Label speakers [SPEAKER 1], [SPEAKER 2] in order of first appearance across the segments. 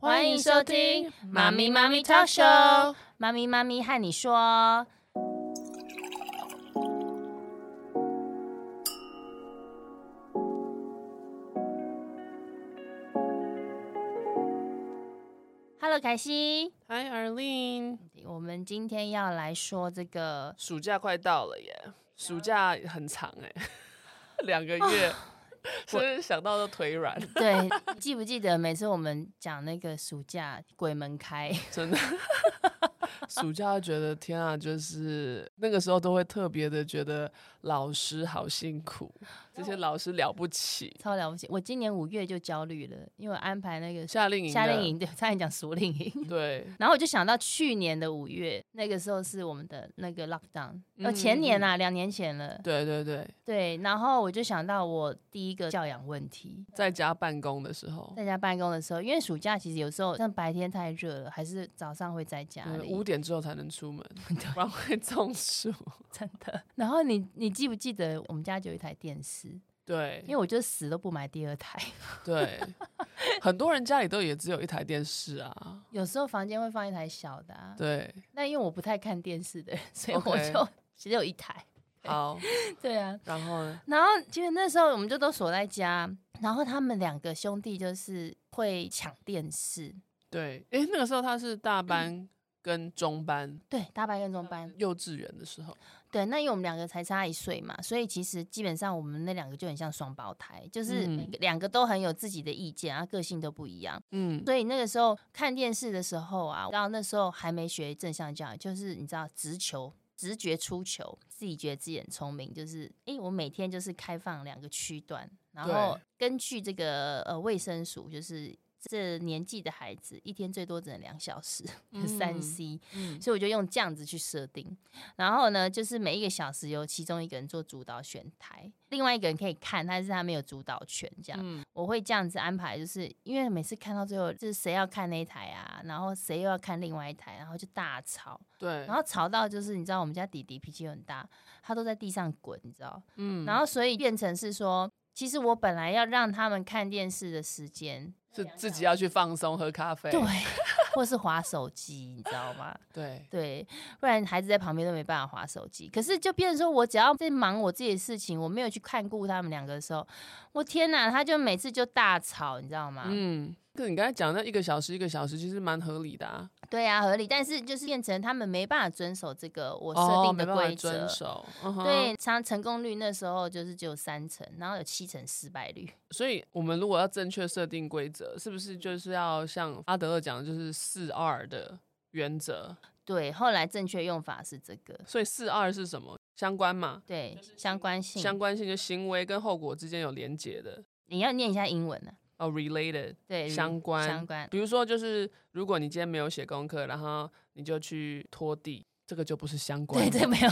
[SPEAKER 1] 欢迎收听妈咪妈咪 Talk Show
[SPEAKER 2] Show》，
[SPEAKER 1] 妈咪妈咪和你说。Hello，凯西，
[SPEAKER 2] Hi Arlene，
[SPEAKER 1] 我们今天要来说这 个
[SPEAKER 2] 暑假快到了耶，暑假很长哎， 两个月，
[SPEAKER 1] 啊
[SPEAKER 2] 是不是想到都腿软？
[SPEAKER 1] 对，记不记得每次我们讲那个暑假鬼门开？
[SPEAKER 2] 真的。 暑假觉得天啊，就是那个时候都会特别的觉得老师好辛苦， 这些老师了不起。
[SPEAKER 1] 超了不起！我今年五月就焦虑了，因为我安排那个
[SPEAKER 2] 夏令营，
[SPEAKER 1] 夏令，营，对，差点讲暑令营。
[SPEAKER 2] 对，
[SPEAKER 1] 然后我就想到去年的五月，那个时候是我们的那个 lockdown，呃，
[SPEAKER 2] 嗯
[SPEAKER 1] 前年啊，两年前了。
[SPEAKER 2] 对对对，
[SPEAKER 1] 对，然后我就想到我第一个教养问题，
[SPEAKER 2] 在家办公的时候，
[SPEAKER 1] 在家办公的时候，因为暑假其实有时候像白天太热了，还是早上会在家
[SPEAKER 2] 对
[SPEAKER 1] 里。
[SPEAKER 2] 五点之后才能出 门，不然会中暑。
[SPEAKER 1] 真的。然后你你记不记得我们家就有一台电视，
[SPEAKER 2] 对
[SPEAKER 1] 因为我就死都不买第二台。
[SPEAKER 2] 对，很多人家里都也只有一台电视啊。
[SPEAKER 1] 有时候房间会放一台小的、啊，
[SPEAKER 2] 对，
[SPEAKER 1] 那因为我不太看电视的人，所以我
[SPEAKER 2] OK
[SPEAKER 1] 就 只有一台。
[SPEAKER 2] 好，
[SPEAKER 1] 对啊，
[SPEAKER 2] 然后呢？
[SPEAKER 1] 然后其实那时候我们就都锁在家，然后他们两个兄弟就是会抢电视，
[SPEAKER 2] 对，诶，那个时候他是大班跟中班，
[SPEAKER 1] 对，大班跟中班，
[SPEAKER 2] 幼稚园的时候，
[SPEAKER 1] 对，那因为我们两个才差一岁嘛，所以其实基本上我们那两个就很像双胞胎，就是
[SPEAKER 2] 嗯
[SPEAKER 1] 两个都很有自己的意见，然啊后个性都不一样，
[SPEAKER 2] 嗯，
[SPEAKER 1] 所以那个时候看电视的时候啊，然后那时候还没学正向教育，就是你知道直球。直觉出球，自己觉得自己很聪明，就是诶，我每天就是开放两个区段，然后
[SPEAKER 2] 对
[SPEAKER 1] 根据这个呃卫生署，就是这年纪的孩子一天最多只能两小时， 三
[SPEAKER 2] 嗯
[SPEAKER 1] C，、
[SPEAKER 2] 嗯
[SPEAKER 1] 所以我就用这样子去设定。然后呢，就是每一个小时由其中一个人做主导选台，另外一个人可以看，但是他没有主导权，这样。
[SPEAKER 2] 嗯
[SPEAKER 1] 我会这样子安排，就是因为每次看到最后，就是谁要看那一台啊，然后谁又要看另外一台，然后就大吵，
[SPEAKER 2] 对
[SPEAKER 1] 然，后吵到就是你知道我们家弟弟脾气很大，他都在地上滚，你知道，
[SPEAKER 2] 嗯，
[SPEAKER 1] 然后所以变成是说，其实我本来要让他们看电视的时间，
[SPEAKER 2] 是自己要去放松喝咖啡，
[SPEAKER 1] 对，或是划手机，你知道吗？
[SPEAKER 2] 对
[SPEAKER 1] 对，不然孩子在旁边都没办法划手机。可是就变成说我只要在忙我自己的事情，我没有去看顾他们两个的时候，我天哪，他就每次就大吵，你知道吗？
[SPEAKER 2] 嗯，可你刚才讲那一个小时一个小时，其实蛮合理的啊，
[SPEAKER 1] 对啊，合理，但是就是变成他们没办法遵守这个我设
[SPEAKER 2] 哦，
[SPEAKER 1] 定
[SPEAKER 2] 没
[SPEAKER 1] 的
[SPEAKER 2] 办法
[SPEAKER 1] 规
[SPEAKER 2] 遵
[SPEAKER 1] 则。
[SPEAKER 2] 守，嗯哼，
[SPEAKER 1] 对，常成功率那时候就是只有三成，然后有七成失败率。
[SPEAKER 2] 所以我们如果要正确设定规则，是不是就是要像阿德勒讲的，就是四二的原则？
[SPEAKER 1] 对，后来正确用法是这个，
[SPEAKER 2] 所以四二是什么？相关嘛，
[SPEAKER 1] 对，相关性。
[SPEAKER 2] 相关性就行为跟后果之间有连结的
[SPEAKER 1] 你要念一下英文呢、
[SPEAKER 2] 哦，related
[SPEAKER 1] 对，
[SPEAKER 2] 相关
[SPEAKER 1] 相关。
[SPEAKER 2] 比如说，就是如果你今天没有写功课，然后你就去拖地，这个就不是相关
[SPEAKER 1] 对，
[SPEAKER 2] 的。
[SPEAKER 1] 这没有，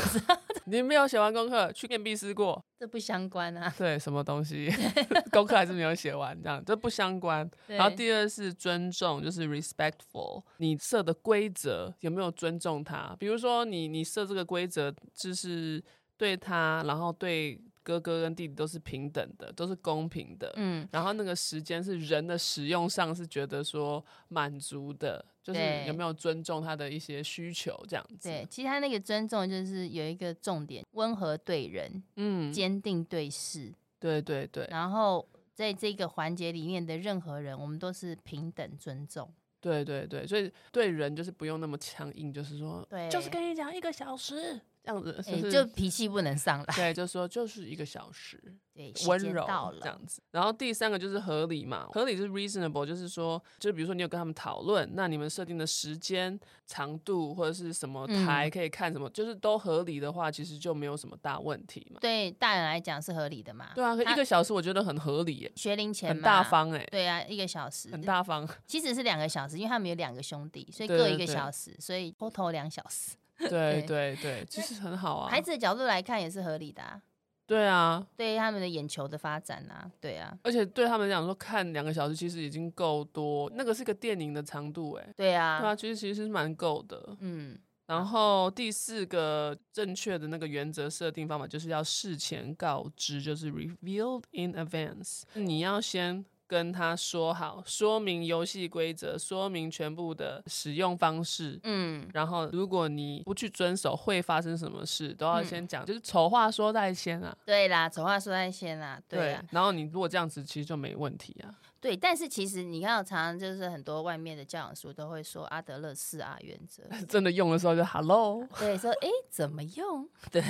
[SPEAKER 2] 你没有写完功课，去面壁思过，
[SPEAKER 1] 这不相关啊。
[SPEAKER 2] 对，什么东西 功课还是没有写完，这样这不相关。
[SPEAKER 1] 对
[SPEAKER 2] 然后第二是尊重，就是 respectful，你设的规则有没有尊重他？比如说你你设这个规则，就是对他，然后对哥哥跟弟弟都是平等的，都是公平的。
[SPEAKER 1] 嗯，
[SPEAKER 2] 然后那个时间是人的使用上是觉得说满足的，就是
[SPEAKER 1] 对
[SPEAKER 2] 有没有尊重他的一些需求这样子。
[SPEAKER 1] 对，，其实他那个尊重就是有一个重点，温和对人，
[SPEAKER 2] 嗯，
[SPEAKER 1] 坚定对事。
[SPEAKER 2] 对对对
[SPEAKER 1] 然后在这个环节里面的任何人，我们都是平等尊重。
[SPEAKER 2] 对对对，所以对人就是不用那么强硬，就是说，
[SPEAKER 1] 对
[SPEAKER 2] 就是跟你讲一个小时这样子，
[SPEAKER 1] 哎、
[SPEAKER 2] 就是、
[SPEAKER 1] 就脾气不能上来，
[SPEAKER 2] 对，就说就是一个小时，
[SPEAKER 1] 对，
[SPEAKER 2] 温
[SPEAKER 1] 时间
[SPEAKER 2] 柔
[SPEAKER 1] 到
[SPEAKER 2] 这
[SPEAKER 1] 了，
[SPEAKER 2] 样子。然后第三个就是合理嘛，合理是 reasonable，就是说，就比如说你有跟他们讨论，那你们设定的时间、长度或者是什么台
[SPEAKER 1] 嗯
[SPEAKER 2] 可以看什么，就是都合理的话，其实就没有什么大问题嘛。
[SPEAKER 1] 对大人来讲是合理的嘛？
[SPEAKER 2] 对啊，可
[SPEAKER 1] 他
[SPEAKER 2] 一个小时我觉得很合理耶，
[SPEAKER 1] 学龄前
[SPEAKER 2] 很
[SPEAKER 1] 嘛
[SPEAKER 2] 大，方哎，
[SPEAKER 1] 对啊，一个小时，
[SPEAKER 2] 很大方，
[SPEAKER 1] 其实是两个小时，因为他们有两个兄弟，所以
[SPEAKER 2] 对
[SPEAKER 1] 各
[SPEAKER 2] 对
[SPEAKER 1] 一个
[SPEAKER 2] 对
[SPEAKER 1] 小时，所以 total 两小时。
[SPEAKER 2] 对对对，其实很好啊。
[SPEAKER 1] 孩子的角度来看也是合理的、啊，
[SPEAKER 2] 对啊，
[SPEAKER 1] 对于他们的眼球的发展啊，对啊，
[SPEAKER 2] 而且对他们讲说看两个小时其实已经够多，那个是个电影的长度哎。
[SPEAKER 1] 对啊，
[SPEAKER 2] 对啊，其实其实是蛮够的。
[SPEAKER 1] 嗯，
[SPEAKER 2] 然后第四个正确的那个原则设定方法，就是要事前告知，就是 revealed in advance。你要先跟他说好，说明游戏规则，说明全部的使用方式。
[SPEAKER 1] 嗯，
[SPEAKER 2] 然后，如果你不去遵守，会发生什么事都
[SPEAKER 1] 嗯
[SPEAKER 2] 要先讲，就是丑话说在先啊。
[SPEAKER 1] 对啦，丑话说在先啦，对啊，
[SPEAKER 2] 然后你如果这样子，其实就没问题啊。
[SPEAKER 1] 对。但是其实你看，常常就是很多外面的教养书都会说阿德勒四 R 原 则，
[SPEAKER 2] 真的用的时候就 hello，
[SPEAKER 1] 对，说诶怎么用？对，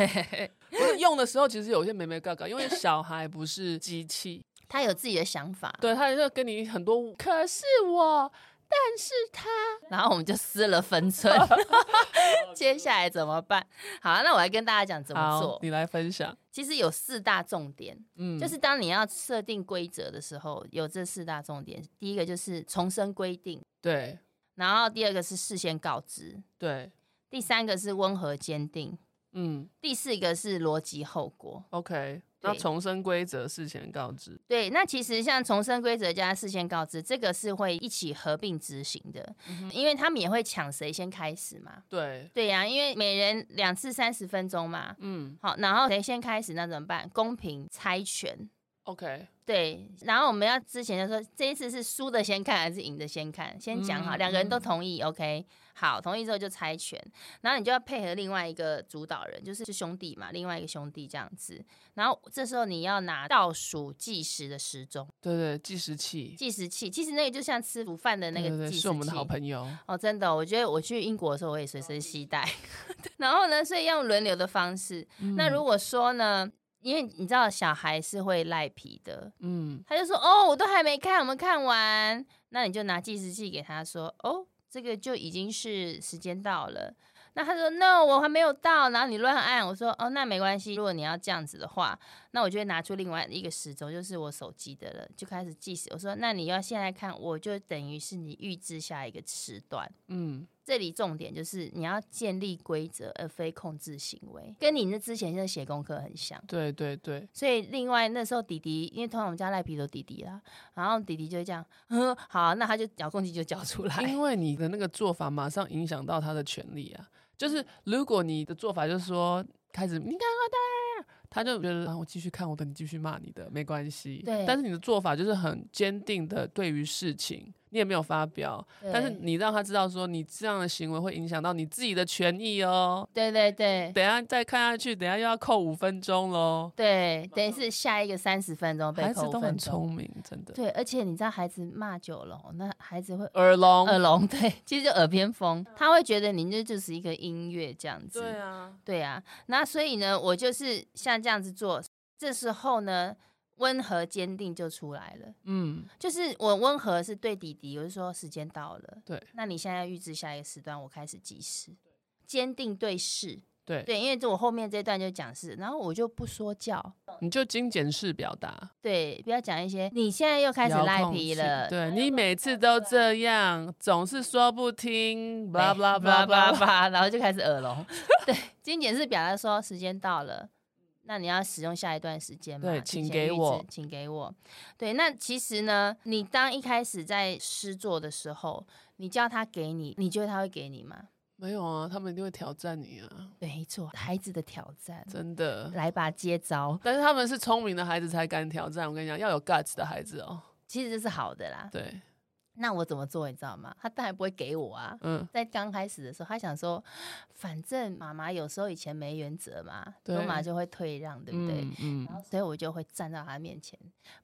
[SPEAKER 2] 不是用的时候，其实有些没没嘎嘎，因为小孩不是机器，
[SPEAKER 1] 他有自己的想法，
[SPEAKER 2] 对，他就跟你很多。可是我，但是他，
[SPEAKER 1] 然后我们就撕了 分寸，接下来怎么办？好啊、那我来跟大家讲怎么
[SPEAKER 2] 好
[SPEAKER 1] 做，。
[SPEAKER 2] 你来分享。
[SPEAKER 1] 其实有四大重点，
[SPEAKER 2] 嗯，
[SPEAKER 1] 就是当你要设定规则的时候，有这四大重点。第一个就是重申规定，
[SPEAKER 2] 对
[SPEAKER 1] 然后第二个是事先告知，
[SPEAKER 2] 对，
[SPEAKER 1] 第三个是温和坚定，
[SPEAKER 2] 嗯
[SPEAKER 1] 第四个是逻辑后果。
[SPEAKER 2] ，OK。那
[SPEAKER 1] 对
[SPEAKER 2] 重申规则，事前告知。
[SPEAKER 1] 对，那其实像重申规则加事先告知，这个是会一起合并执行的，
[SPEAKER 2] 嗯
[SPEAKER 1] 因为他们也会抢谁先开始嘛。
[SPEAKER 2] 对，
[SPEAKER 1] 对呀、因为每人两次三十分钟嘛。
[SPEAKER 2] 嗯
[SPEAKER 1] 好，然后谁先开始那怎么办？公平猜拳。
[SPEAKER 2] ，OK，
[SPEAKER 1] 对，然后我们要之前就说，这一次是输的先看还是赢的先看，先讲好，
[SPEAKER 2] 嗯
[SPEAKER 1] 两个人都同意、o k 好，同意之后就猜拳，然后你就要配合另外一个主导人，就是是兄弟嘛，另外一个兄弟这样子，然后这时候你要拿倒数计时的时钟
[SPEAKER 2] 对对，计时器，
[SPEAKER 1] 计时器，其实那个就像吃午饭的那个
[SPEAKER 2] 对对对
[SPEAKER 1] 计时器，
[SPEAKER 2] 是我们的好朋友。
[SPEAKER 1] 哦，真的哦、我觉得我去英国的时候，我也随身携带。 然后呢，所以用轮流的方式。
[SPEAKER 2] 嗯
[SPEAKER 1] 那如果说呢，因为你知道小孩是会赖皮的，
[SPEAKER 2] 嗯，
[SPEAKER 1] 他就说：“哦，我都还没看，我们看完。”那你就拿计时器给他说：“哦，这个就已经是时间到了。”那他说：“No，我还没有到。”然后你乱按，我说：“哦，那没关系。如果你要这样子的话，那我就会拿出另外一个时钟，就是我手机的了，就开始计时。我说：那你要现在看，我就等于是你预知下一个时段。”
[SPEAKER 2] 嗯
[SPEAKER 1] 这里重点就是你要建立规则，而非控制行为，跟你那之前那写功课很像。
[SPEAKER 2] 对对对，
[SPEAKER 1] 所以，另外那时候弟弟，因为通常我们家赖皮都弟弟啦，然后弟弟就会这样，嗯，好啊、那他就遥控器就交出来。
[SPEAKER 2] 因为你的那个做法马上影响到他的权利啊。
[SPEAKER 1] 嗯
[SPEAKER 2] 就是如果你的做法就是说，开始你看我的，他就觉得啊，我继续看我的，你继续骂你的，没关系。
[SPEAKER 1] 对
[SPEAKER 2] 但是你的做法就是很坚定的对于事情，你也没有发飙，
[SPEAKER 1] 对
[SPEAKER 2] 但是你让他知道说，你这样的行为会影响到你自己的权益哦。
[SPEAKER 1] 对对对
[SPEAKER 2] 等一下再看下去，等一下又要扣五分钟喽。
[SPEAKER 1] 对，等于是下一个三十分钟
[SPEAKER 2] 孩
[SPEAKER 1] 被
[SPEAKER 2] 子
[SPEAKER 1] 扣
[SPEAKER 2] 都
[SPEAKER 1] 五
[SPEAKER 2] 很
[SPEAKER 1] 分钟。
[SPEAKER 2] 聪明，真的。
[SPEAKER 1] 对，而且你知道孩子骂久了哦，那孩子会
[SPEAKER 2] 耳聋，嗯
[SPEAKER 1] 耳聋，对，其实就耳边风，他会觉得你这就是一个音乐这样子。
[SPEAKER 2] 对啊，
[SPEAKER 1] 对啊，那所以呢，我就是像这样子做，这时候呢，温和坚定就出来了。
[SPEAKER 2] 嗯，
[SPEAKER 1] 就是我温和是对弟弟，我就说时间到了，
[SPEAKER 2] 对，
[SPEAKER 1] 那你现在要预知下一个时段，我开始计时。坚定对视，
[SPEAKER 2] 对，
[SPEAKER 1] 对，因为这我后面这段就讲是，然后我就不说教，
[SPEAKER 2] 你就精简式表达，
[SPEAKER 1] 对，不要讲一些你现在又开始
[SPEAKER 2] 遥
[SPEAKER 1] 赖
[SPEAKER 2] 控器
[SPEAKER 1] 皮了，
[SPEAKER 2] 对你每次都这样，总是说不听
[SPEAKER 1] 对
[SPEAKER 2] 哎，blah blah blah
[SPEAKER 1] blah
[SPEAKER 2] blah blah。
[SPEAKER 1] blah，然后就开始耳聋。 对，精简是表达说时间到了，那你要使用下一段时间嘛？
[SPEAKER 2] 对
[SPEAKER 1] 提
[SPEAKER 2] 请
[SPEAKER 1] 前
[SPEAKER 2] 给
[SPEAKER 1] 预知
[SPEAKER 2] 我
[SPEAKER 1] 请给我。对，那其实呢，你当一开始在施作的时候，你叫他给你，你觉得他会给你吗？
[SPEAKER 2] 没有啊，他们一定会挑战你啊，
[SPEAKER 1] 对，没错，孩子的挑战，
[SPEAKER 2] 真的。
[SPEAKER 1] 来吧，接招，
[SPEAKER 2] 但是他们是聪明的孩子才敢挑战，我跟你讲，要有 guts 的孩子哦。
[SPEAKER 1] 其实这是好的啦。
[SPEAKER 2] 对，
[SPEAKER 1] 那我怎么做，你知道吗？他当然不会给我啊。
[SPEAKER 2] 嗯，
[SPEAKER 1] 在刚开始的时候，他想说，反正妈妈有时候以前没原则嘛，
[SPEAKER 2] 对
[SPEAKER 1] 妈妈就会退让，对不对？
[SPEAKER 2] 嗯嗯
[SPEAKER 1] 所以我就会站到他面前，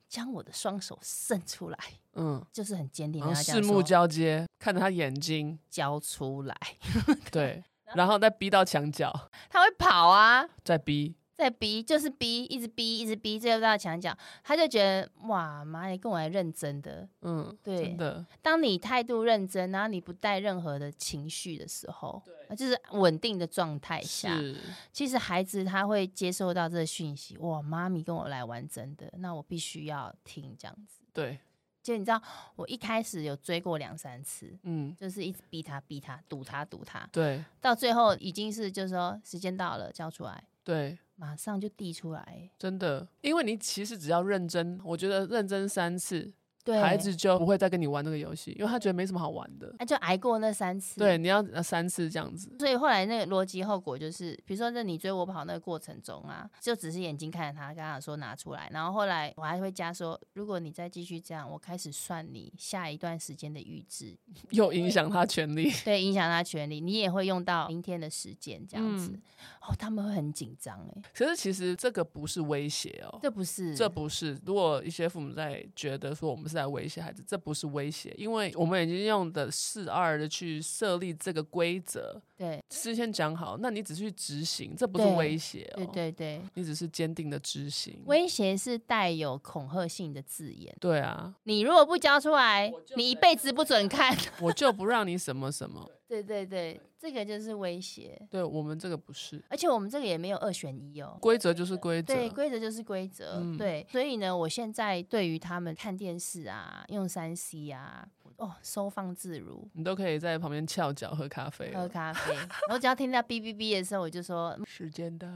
[SPEAKER 1] 将我的双手伸出来，
[SPEAKER 2] 嗯，
[SPEAKER 1] 就是很坚定
[SPEAKER 2] 然
[SPEAKER 1] 的
[SPEAKER 2] 后
[SPEAKER 1] 这样
[SPEAKER 2] 四目
[SPEAKER 1] 说
[SPEAKER 2] 交接，看着他眼 睛，
[SPEAKER 1] 交出来，
[SPEAKER 2] 对，然后再逼到墙角，
[SPEAKER 1] 他会跑啊，
[SPEAKER 2] 再逼，
[SPEAKER 1] 再逼就是逼，一直逼，一直逼，最后到墙角，他就觉得哇妈，你跟我还认真的。
[SPEAKER 2] 嗯，
[SPEAKER 1] 对
[SPEAKER 2] 真的，
[SPEAKER 1] 当你态度认真，然后你不带任何的情绪的时候，对，就是稳定的状态下，
[SPEAKER 2] 是，
[SPEAKER 1] 其实孩子他会接受到这个讯息，哇，妈咪跟我来玩真的，那我必须要听这样子。
[SPEAKER 2] 对，
[SPEAKER 1] 就你知道，我一开始有追过两三次，
[SPEAKER 2] 嗯，
[SPEAKER 1] 就是一直逼他、逼他、堵他、堵他，
[SPEAKER 2] 对
[SPEAKER 1] 到最后已经是就是说时间到了，交出来，
[SPEAKER 2] 对，
[SPEAKER 1] 马上就递出来。
[SPEAKER 2] 真的，因为你其实只要认真，我觉得认真三次，
[SPEAKER 1] 对，
[SPEAKER 2] 孩子就不会再跟你玩那个游戏，因为他觉得没什么好玩的。
[SPEAKER 1] 啊就挨过那三次，
[SPEAKER 2] 对，你要呃三次这样子。
[SPEAKER 1] 所以后来那个逻辑后果就是，比如说在你追我跑那个过程中啊，就只是眼睛看着他，跟他讲说拿出来，然后后来我还会加说，如果你再继续这样，我开始算你下一段时间的预支，
[SPEAKER 2] 又影响他权利。
[SPEAKER 1] 对，影响他权利，你也会用到明天的时间这样子。
[SPEAKER 2] 嗯
[SPEAKER 1] 哦，他们会很紧张哎，
[SPEAKER 2] 可是其实这个不是威胁哦，
[SPEAKER 1] 这不是
[SPEAKER 2] 这不是。如果一些父母在觉得说我们是在威胁孩子，这不是威胁，因为我们已经用的四二的去设立这个规则，
[SPEAKER 1] 对
[SPEAKER 2] 事先讲好，那你只去执行，这不是
[SPEAKER 1] 对
[SPEAKER 2] 威胁哦。
[SPEAKER 1] 对对对，
[SPEAKER 2] 你只是坚定的执行。
[SPEAKER 1] 威胁是带有恐吓性的字眼，
[SPEAKER 2] 对啊，
[SPEAKER 1] 你如果不交出来，你一辈子不准看。
[SPEAKER 2] 我就不让你什么什么。
[SPEAKER 1] 对对对，这个就是威胁，
[SPEAKER 2] 对我们这个不是
[SPEAKER 1] 而且我们这个也没有二选一哦。
[SPEAKER 2] 规则，就是规则。
[SPEAKER 1] 对，规则就是规则。
[SPEAKER 2] 嗯
[SPEAKER 1] 对，所以呢，我现在对于他们看电视啊、用三 C 啊，哦，收放自如。
[SPEAKER 2] 你都可以在旁边翘脚喝咖啡了。
[SPEAKER 1] 喝咖啡，我只要听到哔哔哔的时候，我就说，
[SPEAKER 2] 时间到。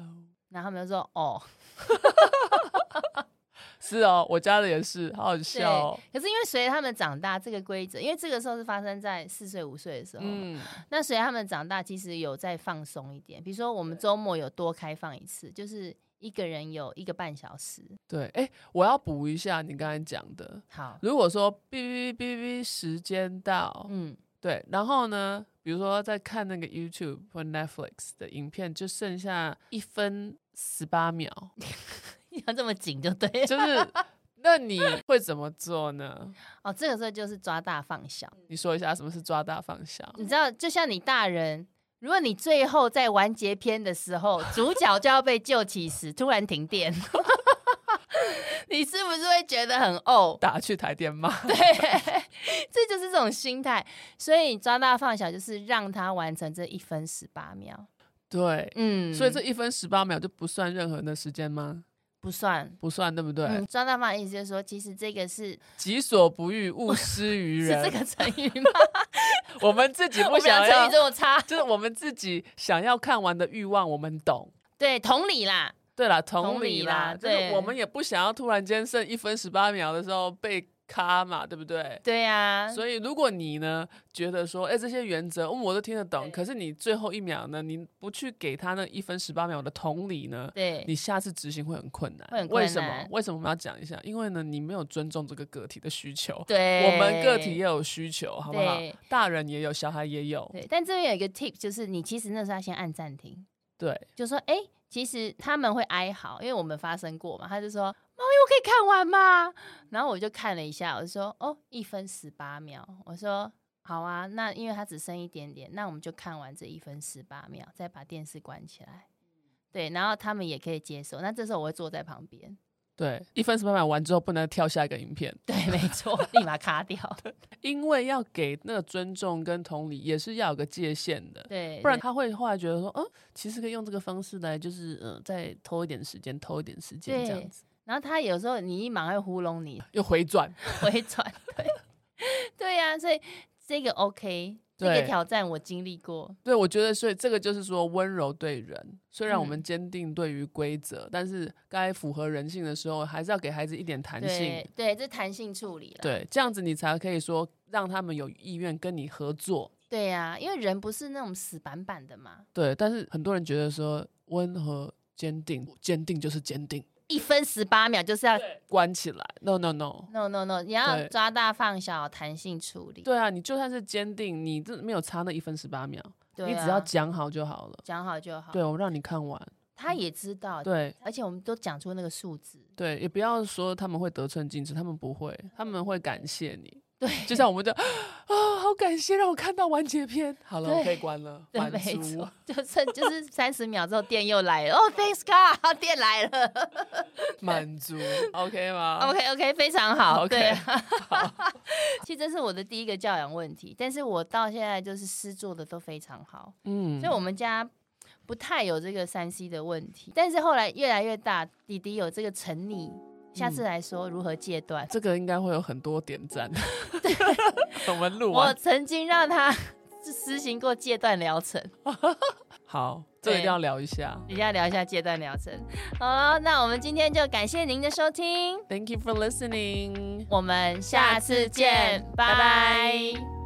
[SPEAKER 1] 然后他们就说哦，
[SPEAKER 2] 是哦，我家的也是，好好
[SPEAKER 1] 对
[SPEAKER 2] 笑、哦。。
[SPEAKER 1] 可是因为随着他们长大，这个规则，因为这个时候是发生在四岁五岁的时候，
[SPEAKER 2] 嗯，
[SPEAKER 1] 那随着他们长大，其实有再放松一点。比如说我们周末有多开放一次，就是一个人有一个半小时。
[SPEAKER 2] 对，哎、我要补一下你刚才讲的。
[SPEAKER 1] 好，
[SPEAKER 2] 如果说哔哔哔哔时间到，
[SPEAKER 1] 嗯，
[SPEAKER 2] 对，然后呢，比如说在看那个 YouTube 或 Netflix 的影片，就剩下一分十八秒，
[SPEAKER 1] 要这么紧就对了。
[SPEAKER 2] 就是那你会怎么做呢？
[SPEAKER 1] 哦，这个时候就是抓大放小。
[SPEAKER 2] 你说一下什么是抓大放小？
[SPEAKER 1] 你知道，就像你大人，如果你最后在完结篇的时候，主角就要被救起时，突然停电， 你是不是会觉得很哦？
[SPEAKER 2] 打去台电骂。
[SPEAKER 1] 对， 这就是这种心态。所以抓大放小，就是让他完成这一分十八秒。
[SPEAKER 2] 对，
[SPEAKER 1] 嗯，
[SPEAKER 2] 所以这一分十八秒就不算任何的时间吗？
[SPEAKER 1] 不算。
[SPEAKER 2] 不算，对不对？
[SPEAKER 1] 嗯，抓大放的意思就是说，其实这个是
[SPEAKER 2] 己所不欲，勿施于
[SPEAKER 1] 是
[SPEAKER 2] 人。
[SPEAKER 1] 这 个成语吗？
[SPEAKER 2] 啊我们自己
[SPEAKER 1] 我
[SPEAKER 2] 不
[SPEAKER 1] 们俩
[SPEAKER 2] 想
[SPEAKER 1] 成
[SPEAKER 2] 要
[SPEAKER 1] 语，这么差，
[SPEAKER 2] 就是我们自己想要看完的欲望，我们懂。
[SPEAKER 1] 对，同理啦，
[SPEAKER 2] 对啦，
[SPEAKER 1] 同理
[SPEAKER 2] 理啦，
[SPEAKER 1] 啦
[SPEAKER 2] 就是
[SPEAKER 1] 对
[SPEAKER 2] 我们也不想要突然间剩一分十八秒的时候被卡嘛，对不对？
[SPEAKER 1] 对啊呀、
[SPEAKER 2] 所以，如果你呢觉得说，哎、这些原则、嗯我都听得懂，可是你最后一秒呢，你不去给他那一分十八秒的同理呢，
[SPEAKER 1] 对，
[SPEAKER 2] 你下次执行会很困难。
[SPEAKER 1] 会很困
[SPEAKER 2] 为什么
[SPEAKER 1] 难？
[SPEAKER 2] 为什么我们要讲一下？因为呢，你没有尊重这个个体的需求。
[SPEAKER 1] 对，
[SPEAKER 2] 我们个体也有需求，好不好
[SPEAKER 1] 对？
[SPEAKER 2] 大人也有，小孩也有。
[SPEAKER 1] 对，但这边有一个 tip，就是你其实那时候要先按暂停，
[SPEAKER 2] 对
[SPEAKER 1] 就说哎、诶其实他们会哀嚎，因为我们发生过嘛，他就说妈咪，我可以看完吗？然后我就看了一下，我就说哦，一分十八秒，我说。好啊，那因为它只剩一点点，那我们就看完这一分十八秒，再把电视关起来。对，然后他们也可以接受。那这时候我会坐在旁边，
[SPEAKER 2] 对，一分十八秒完之后不能跳下一个影片，
[SPEAKER 1] 对，没错，立马卡 掉。
[SPEAKER 2] 因为要给那个尊重跟同理，也是要有个界限的。
[SPEAKER 1] 对，
[SPEAKER 2] 不然
[SPEAKER 1] 对
[SPEAKER 2] 他会后来觉得说，嗯，其实可以用这个方式来，就是嗯、呃再偷一点时间，偷一点时间
[SPEAKER 1] 对
[SPEAKER 2] 这样子，
[SPEAKER 1] 然后他有时候你一忙会糊弄你，
[SPEAKER 2] 又回转。
[SPEAKER 1] 回转， 对，对呀、所以这个 OK，这个
[SPEAKER 2] 对
[SPEAKER 1] 挑战我经历过，
[SPEAKER 2] 对，我觉得，所以这个就是说温柔对人，虽然我们
[SPEAKER 1] 嗯
[SPEAKER 2] 坚定对于规则，但是该符合人性的时候，还是要给孩子一点弹性
[SPEAKER 1] 对。对，这弹性处理了，
[SPEAKER 2] 对，这样子你才可以说让他们有意愿跟你合作。
[SPEAKER 1] 对呀、因为人不是那种死板板的嘛，
[SPEAKER 2] 对，但是很多人觉得说温和、坚定，坚定就是坚定，
[SPEAKER 1] 一分十八秒就是要
[SPEAKER 2] 关起来。No No No。
[SPEAKER 1] no no no，你要
[SPEAKER 2] 对
[SPEAKER 1] 抓大放小，弹性处理，
[SPEAKER 2] 对啊，你就算是坚定，你这没有差那一分十八秒，
[SPEAKER 1] 对啊，
[SPEAKER 2] 你只要讲好就好了。
[SPEAKER 1] 讲好就好，
[SPEAKER 2] 对，我让你看完。
[SPEAKER 1] 他也知道，
[SPEAKER 2] 对
[SPEAKER 1] 而且我们都讲出那个数字，
[SPEAKER 2] 对，也不要说他们会得寸进尺，他们不会，他们会感谢你。对，就像我们就啊、好感谢让我看到完结篇。好了，我可以关了，
[SPEAKER 1] 对，
[SPEAKER 2] 满
[SPEAKER 1] 没
[SPEAKER 2] 足
[SPEAKER 1] 错。，就剩就是三十秒之后电又来了，哦，thanks God，电来了
[SPEAKER 2] 满 足，OK 吗
[SPEAKER 1] ，OK OK，非常好
[SPEAKER 2] OK
[SPEAKER 1] 对啊。 其实这是我的第一个教养问题，但是我到现在就是诗做的都非常好，
[SPEAKER 2] 嗯
[SPEAKER 1] 所以我们家不太有这个三 C 的问题。但是后来越来越大，弟弟有这个沉溺，下次来说如何戒断。
[SPEAKER 2] 这个应该会有很多点赞。 我们录
[SPEAKER 1] 我
[SPEAKER 2] 完，
[SPEAKER 1] 曾经让他实行过戒断疗程，
[SPEAKER 2] 好，这个一定要聊一下。
[SPEAKER 1] 等一下聊一下阶段疗程。好了，那我们今天就感谢您的收听，
[SPEAKER 2] Thank you for listening.
[SPEAKER 1] 我们下次见，拜拜